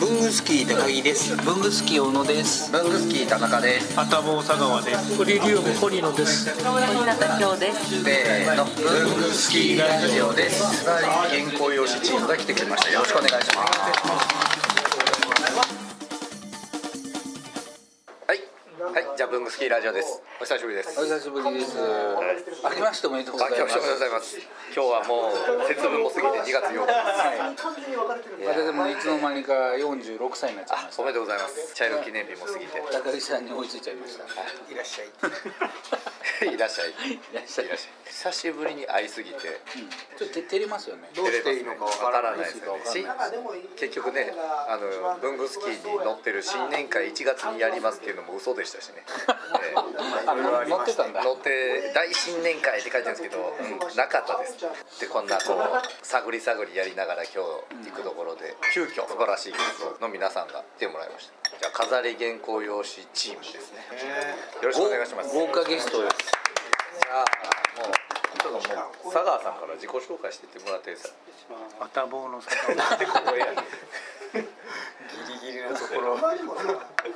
文具スキー高木です文具スキー小野です文具スキー田中です頭佐川ですトリリウム堀野です小日向京ですせーの文具スキーラジオです原稿用紙チームが来てくれましたよろしくお願いしますはいはいじゃあ文具スキーラジオですお久しぶりですお久しぶりですありましておめでとうござあ、い今ま日すおめでとうございます。今日はもう節分も過ぎて2月8日。またでもいつの間にか46歳になっちゃいましたおめでとうございます。茶色記念日も過ぎて。高木さんに追いついちゃいましたいらっしゃ い。いらっしゃい。いらっしゃい。久しぶりに会いすぎて。ちょっと照れますよねどうしていいのかわからないですよね。し結局ね、あの文具スキーに乗ってる新年会1月にやりますっていうのも嘘でしたしね。ええあ乗ってたんだ乗って大新年会って書いてあるんですけど、うんなかったですでこんなこう探り探りやりながら今日行くところで急遽素晴らしいゲストの皆さんが来てもらいましたじゃあ飾り原稿用紙チームですねよろしくお願いします豪華ゲストですじゃあもうちょっともう佐川さんから自己紹介してってもらってさ頭の佐川なんでここやギリギリのところ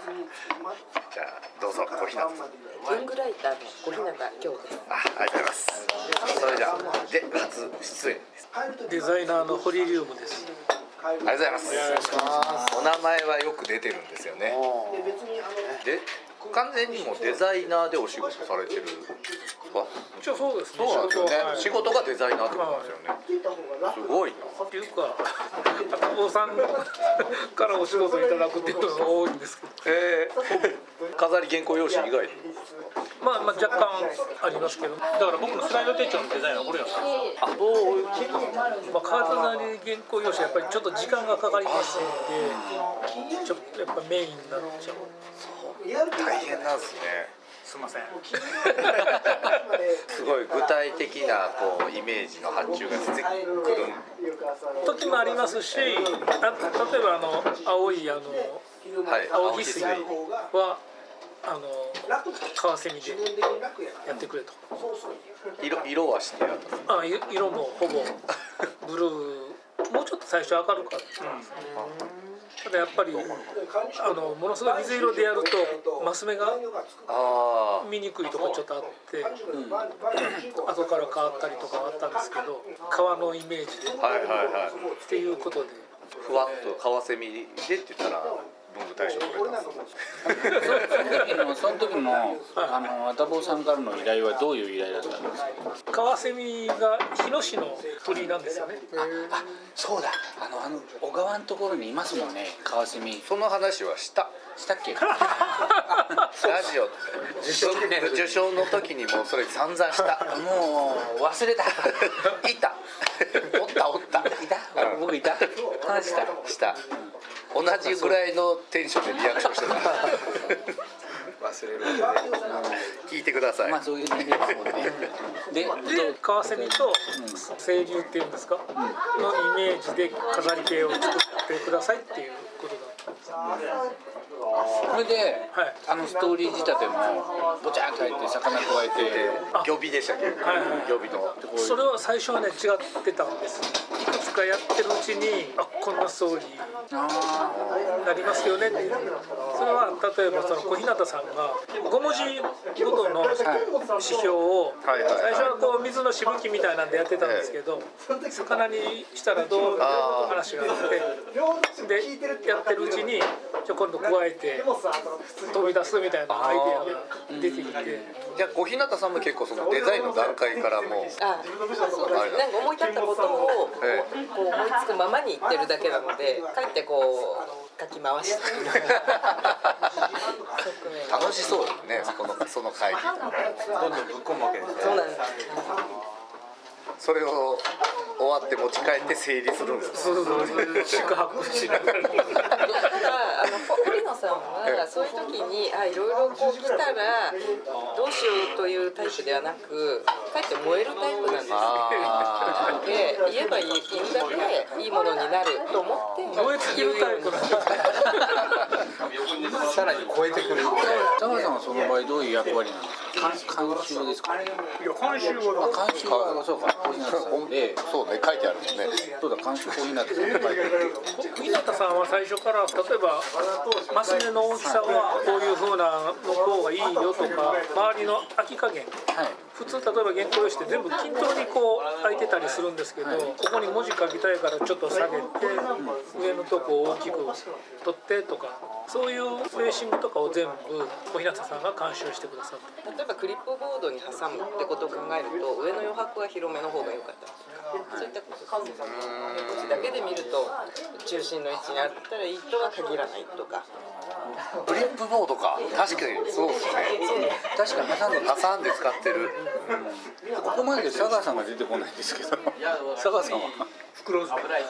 じゃあどうぞ小日向さん文具ライターの小日向京ですあありがとうございますそれじゃあで初出演ですデザイナーの堀リウムですありがとうございますお名前はよく出てるんですよねで完全にもうデザイナーでお仕事されてるわ一応そうですねそうなんですよね仕事事がデザイナーってことなんですよねすごいなっていうか高尾さんからお仕事いただくっていうのが多いんですけどえー、 飾り原稿用紙以外にまあまあ若干ありますけどだから僕のスライド手帳のデザインはこれやったんですあどういうことまあ飾り原稿用紙はやっぱりちょっと時間がかかりますんでちょっとやっぱメインになっちゃう大変なん ですねすいませんすごい具体的なこうイメージの発注が出てくる時もありますしあ例えばあの青いあのはい青翡翠青はあの川蝉でやってくれと色色はしてやったあい色もほぼブルーもうちょっと最初明るかったんですねただやっぱりあのものすごい水色でやるとマス目があ見にくいとこちょっとあって、後から変わったりとかはあったんですけど川のイメージであはいはいはいっていうことでふわっとカワセミでって言ったら文具大賞取れたんですよその時のあのアタボーさんからの依頼はどういう依頼だったんですか川蝉が日野市の鳥なんですよねあそうだあのあの小川のところにいますもんね川蝉 その話はしたしたっけラジオって受賞受賞の時にもうそれ散々したもう忘 れたいたおったおったいた僕いた話したした同じぐらいのテンションでリアクションしてた忘れる聞いてください、まあそういう人間ですもんねでで川蝉と清流っていうんですかのイメージで飾り系を作ってくださいっていうことだったんですよそれではいあのストーリー仕立てもぼちゃんと入って魚加えて予備でしたっけ予備のそれは最初はね違ってたんですいくつかやってるうちにあこんなストーリーあになりますよねっていうそれは例えばその小日向さんが5文字ごとの指標をはいはいはい最初はこう水のしぶきみたいなんでやってたんですけど魚にしたらどうって話があってでやってるうちにじゃあ今度加えて飛び出すみたいなアイデアが出てきて。じゃあ小日向さんも結構そのデザインの段階からもうあそうですなんか思い立ったことをこうえこう思いつくままに言ってるだけなのでかえってこう書き回していろんな側面が楽しそうですねそこのその会議そうなんですそれを終わって持ち帰って整理するんですそうそうそう 宿泊しな がらただあのほ堀野さんはそういう時にあいろいろこう来たらどうしようというタイプではなくかえって燃えるタイプなんですあで言えばいいだけいいものになると思って燃え尽きるタイプなんですさらに超えてくる高橋さんはその場合どういう役割なんですか監修ですかいや今あ週は監修はそうか小日向さんでそうね書いてあるもんねそうだ監修小日向さんで小日向さんは最初から例えばマス目の大きさはこういう風なの方がいいよとか周りの空き加減はい普通例えば原稿用紙って全部均等にこう空いてたりするんですけど、ここに文字書きたいからちょっと下げて、上のとこを大きく取ってとかそういうフレーシングとかを全部小日向さんが監修してくださって例えばクリップボードに挟むってことを考えると上の余白は広めの方が良かったりとかそういったことです文字だけで見ると中心の位置にあったらいいとは限らないとかフリップボードか確かにそうですね確かに挟んで挟んで使ってるここまでで佐川さんが出てこないんですけど佐川さんは袋詰め大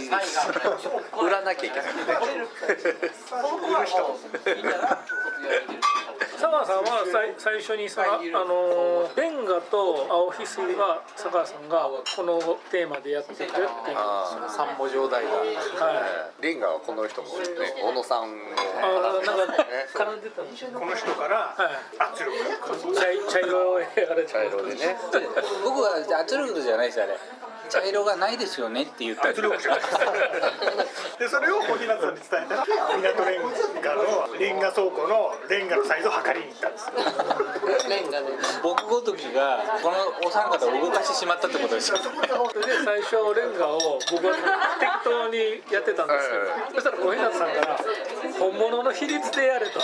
事です売らなきゃいけないんでね佐川さんはさい最初にそのあのレンガと青翡翠は佐川さんがこのテーマでやってくれっていうああ三歩上代が、リンガはこの人もね小野さんをあーなんかね絡んでたんでしょこの人からはい圧力が来る茶い茶色いあれ茶色でね僕は圧力じゃないですあれ茶色がないですよねって言った圧力じゃないですでそれを小日向さんに伝えたら港レンガのレンガ倉庫のレンガのサイズを測りに行ったんですレンガで僕ごときがこのお三方を動かしてしまったってことですよそれで最初レンガを僕は適当にやってたんですけどそしたら小日向さんから「本物の比率でやれ」と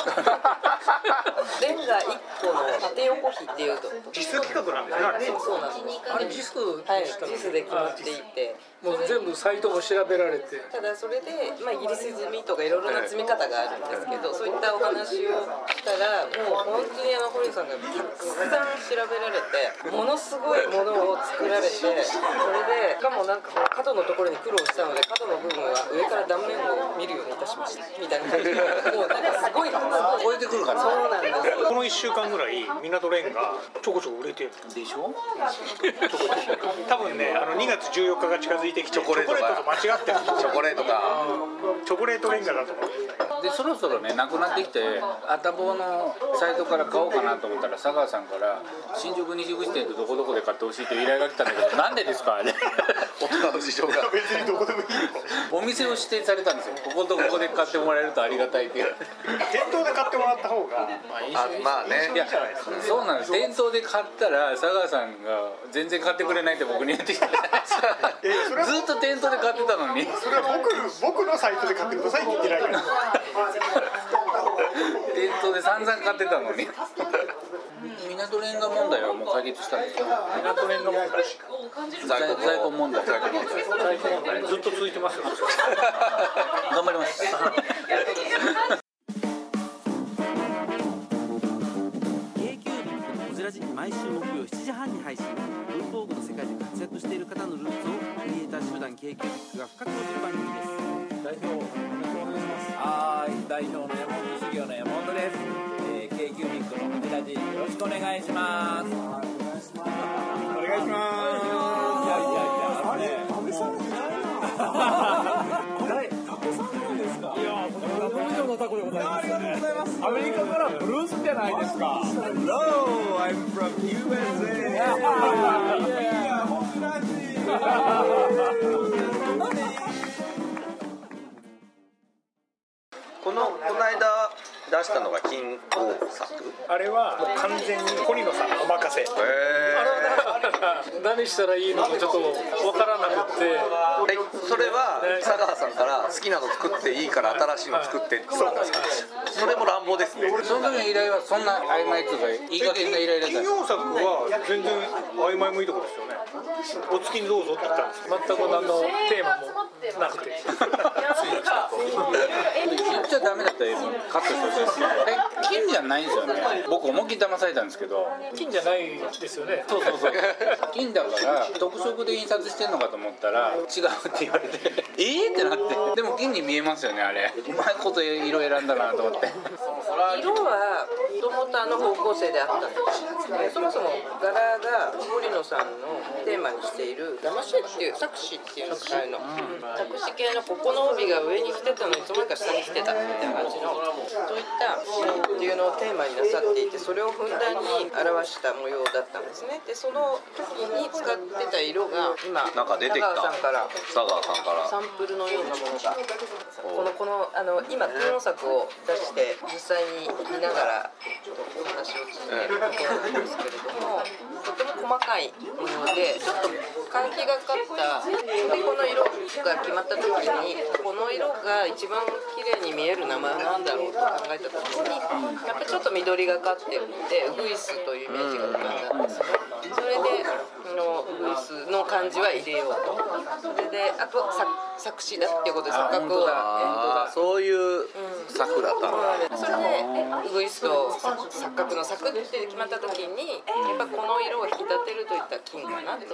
「レンガ1個の縦横比っていうと実質企画なんですよねあれそうなんですあれ実数ではいしたの地図で決まっていてもう全部サイトも調べられてただそれで、まあ、イギリス積みとかいろいろな積み方があるんですけど、そういったお話をしたらもう本当にあの堀内さんがたくさん調べられてものすごいものを作られてそれでしかもなんかこの角のところに苦労したので角の部分は上から断面を見るようにいたしましたみたい な感じでもうなんかすごい超えてくるかなそうなんですこの1週間ぐらい港レンガちょこちょこ売れてるでしょ多分ねあの2月14日が近づいてきてチョココレレーートトがと間違ってるチョコレートがチョコレートレンガだと思うでそろそろねなくなってきてアタボのサイトから買おうかなと思ったら佐川さんから「新宿西口店でどこどこで買ってほしい」という依頼が来たんだけど なんでですかあれ大人の事情が別にどこでもいいよお店を指定されたんですよこことここで買ってもらえるとありがたいっていう店頭で買ってもらった方があまあねいやそうなんです店頭で買ったら佐川さんが全然買ってくれないって僕に言ってきた じゃないですかえそれはずっと店頭で買ってたのにそれは僕僕のサイトで買ってくださいって言ってないから店頭で散々買ってたのに港レンガ問題はもう解決したんですよ港レンガ問題在庫在庫問題在庫問題ずっと続いてますよ 頑張りますこじらじ毎週木曜7時半に配信文房具の世界で活躍している方のルーツをクリエイター集団 KQ ビッグが深く掘る番組です代表はーい代表の山本修行の山本です、えー、K キュービックのこちらでよろしくお願いしますお願いしますお願いしますいやいやいやあれ食べされてないなタコさんなんですかいやーこれ以上のタコでございます、ありがとうございますアメリカからブルースじゃないですか Hello I'm from USA いやいやこちらこのこの間出したのが金工作あれはもう完全に堀野さんのお任せ何したらいいのかちょっと分からなくてえそれは佐川さんから好きなの作っていいから新しいの作ってって言われたんですかそれも乱暴ですねその時の依頼はそんな曖昧とかいい加減な依頼だったんです金曜作は全然曖昧もいいところですよねお月にどうぞって言ったんですけど全く何のテーマもなくて言っちゃダメだったらカットしてほしいですえ金じゃないんですよね僕思いっきり騙されたんですけど金じゃないですよねそうそうそう金だから特色で印刷してんのかと思ったら違うって言われてえーってなってでも金に見えますよねあれうまいこと色選んだなと思ってって色はもともとあの高校生であったんですねそもそも柄が森野さんのテーマにしている「騙し」っていう「作詞」っていうの使うの作詞系のここの帯が上に来てたのにいつの間にか下に来てたみたいな感じのそういったシーンっていうのをテーマになさっていてそれをふんだんに表した模様だったんですねでその時に使ってた色が今なんか出てきた田川さんから佐川さんからサンプルのようなものがこおのこのあの今低音作を出して実際に見ながらお話を聞いてるところなんですけれどもとても細かいものでちょっと換気がかったでこの色が決まった時にこの色が一番綺麗に見える名前なんだろうと考えた時にやっぱりちょっと緑がかってるのでウグイスというイメージが浮かんだんですねそれであのウグイスの漢字は入れようとそれであと作作詞だっていうことで錯覚をあーそういう策だったのだそれでウグイスと錯覚の錯って決まった時にやっぱこの色を引き立てるといった金かなと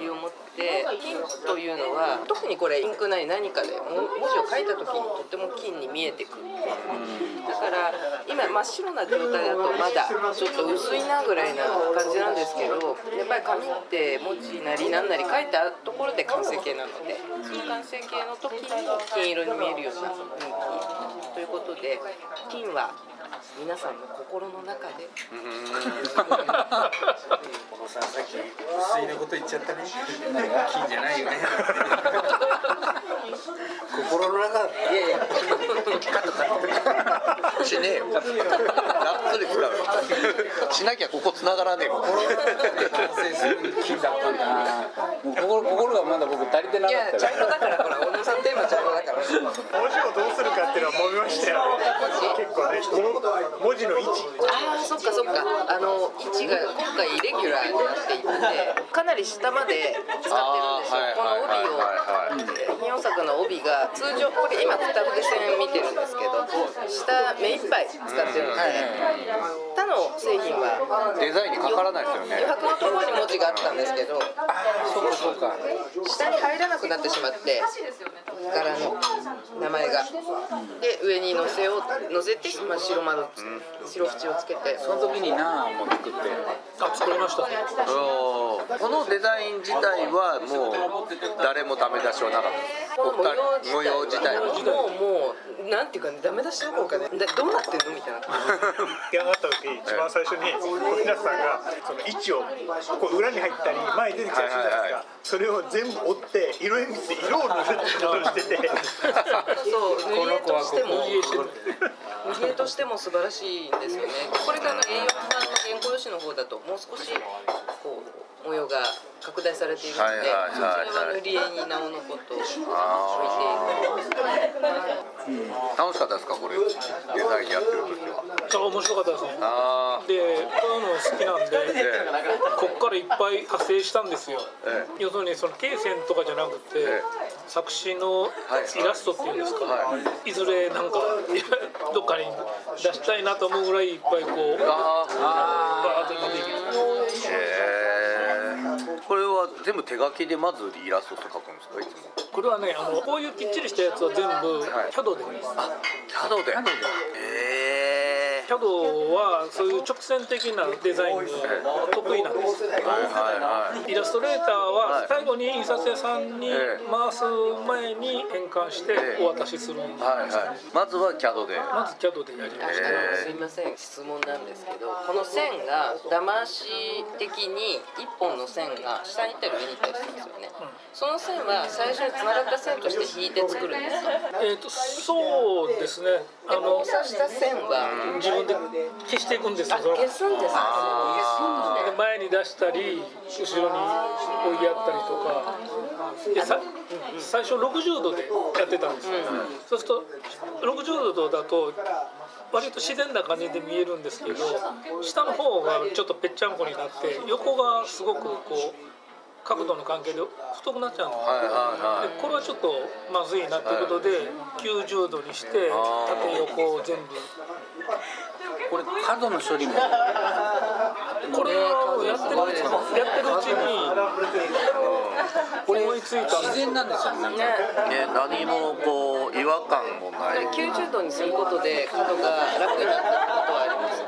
いう思って金というのは特にこれインクない何かで文字を書いた時にとっても金に見えてくるだから今真っ白な状態だとまだちょっと薄いなぐらいな感じなんですけどやっぱり紙って文字なりなんなり書いたところで完成形なのでその完成形の時に金色に見えるような雰囲気ということで金は皆さんの心の中でこのささっき不粋なこと言っちゃったね金じゃないよね心の中いやいやカットカットしねえよがっつり使うよしなきゃここ繋がらねえよ完成する金だったんだなもう心心がまだ僕足りてないかやったちゃんとだからほら小野さんテーマちゃんとだから文字をどうするかっていうのは揉めましたよね結構ねこの文字の位置ああそっかそっかあの位置が今回イレギュラーになっていてかなり下まで使ってるんですよ、この帯を、日本作の帯が通常これ今二筆線見てるんですけど下目いっぱい使ってるので、他の製品はデザインにかからないですよね余白のところに文字があったんですけどそうかそうか下に入らなくなってしまって柄の名前がで上に載せよう載せて、まあ、白窓つ白縁をつけてその時になあもう作っあて作りましたねおーこのデザイン自体はもう誰もダメ出しはなかったお二人模様模様自自体体はももうもうなんていうかねダメ出しどころかね だどうなってんのみたいな出上がった時一番最初に小日向さんがその位置をこう裏に入ったり前に出てきたりするじゃないですかそれを全部折って色鉛筆で色を塗るってことをしててそう塗り絵としても家してる塗り絵としても素晴らしいんですよねこれがあの A4 版の原稿用紙の方だともう少しこう模様が拡大されているのはいはいではいはいそれは塗り絵になおのことを向いている楽しかったですかこれデザインやってる時はあ面白かったですねあでこういうの好きなんえでこっからいっぱい派生したんですよえ要するにその罫線とかじゃなくて、え作詞のイラストっていうんですか、、はいずれなんかどっかに出したいなと思うぐらいいっぱいこうバあーッと出てきてーへえこれは全部手書きでまずイラストと描くんですかいつもこれはねあのこういうきっちりしたやつは全部 CAD はいで、キャドでへえ CAD はそういう直線的なデザインが得意なんですはいはいはいイラストレーターはいは最後に印刷屋さんにええ回す前に変換してええお渡しするんではいはいまずはキャドでまず CAD でやりますあのすいません質問なんですけどこの線が騙し的に1本の線が下に行ったり上に行ったりするんですよね、その線は最初に繋がった線として引いて作るんですかえー、とそうですねあでもの刺した線は自分で消していくんですよその消すんですかで前に出したり後ろに追いやったりとかでさ最初60度でやってたんですよ、そうすると60度だと割と自然な感じで見えるんですけど下の方がちょっとぺっちゃんこになって横がすごくこう角度の関係で太くなっちゃうんですはいはいはいでこれはちょっとまずいなってことで90度にして縦横を全部これ角の処理もこれをやってるうちにやってるうちにこれ思いついた自然なんですよねねね、何もこう違和感もないだから90度にすることで角が楽になったことはあります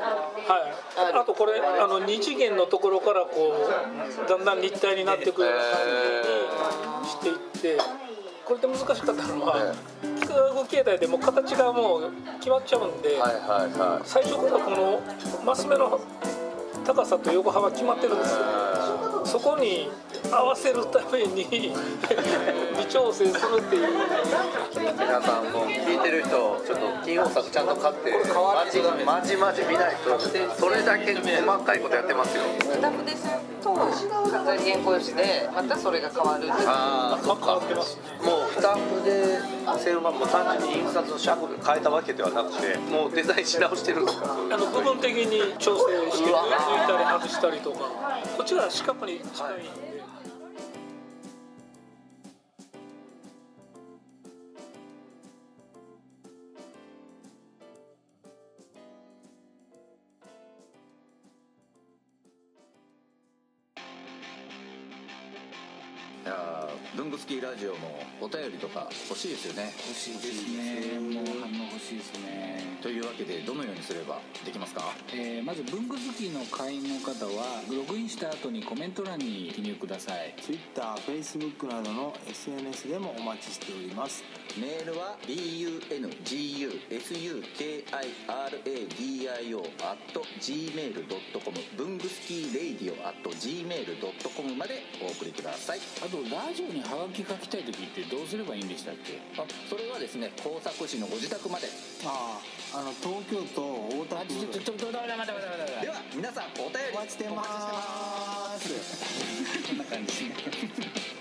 はい、あとこれあの二次元のところからこうだんだん立体になってくるような感じにしていってこれで難しかったのは幾何学形態でもう形がもう決まっちゃうんではいはいはい最初からこのマス目の高さと横幅決まってるんですよそこに合わせるために 微調整するっていう皆さんも聞いてる人ちょっと金大作ちゃんと買ってまじまじまじ見ないとそれだけ細かいことやってますよスタッフですと飾り原稿用紙でまたそれが変わるっていうああそっかもうスタッフでセールマンも単純に印刷の尺で変えたわけではなくてもうデザインし直してるんですかあの部分的に調整して抜いたり外したりとかこっちが四角に近いんで。いやー文具好きラジオもお便りとか欲しいですよね欲しいですねもう反応欲しいですねというわけでどのようにすればできますかえーまず文具好きの会員の方はログインした後にコメント欄に記入ください TwitterFacebook などの SNS でもお待ちしておりますメールは bungusukradio gmail.com 文具好きレイディオ gmail.com までお送りくださいあとラジオにハガキ書きたい時ってどうすればいいんでしたっけあそれはですね工作士のご自宅まであああの東京都大田あ区ちょちょちょちょダメだ待て待て待て待では皆さんお便りお待ちしてますーてすこんな感じ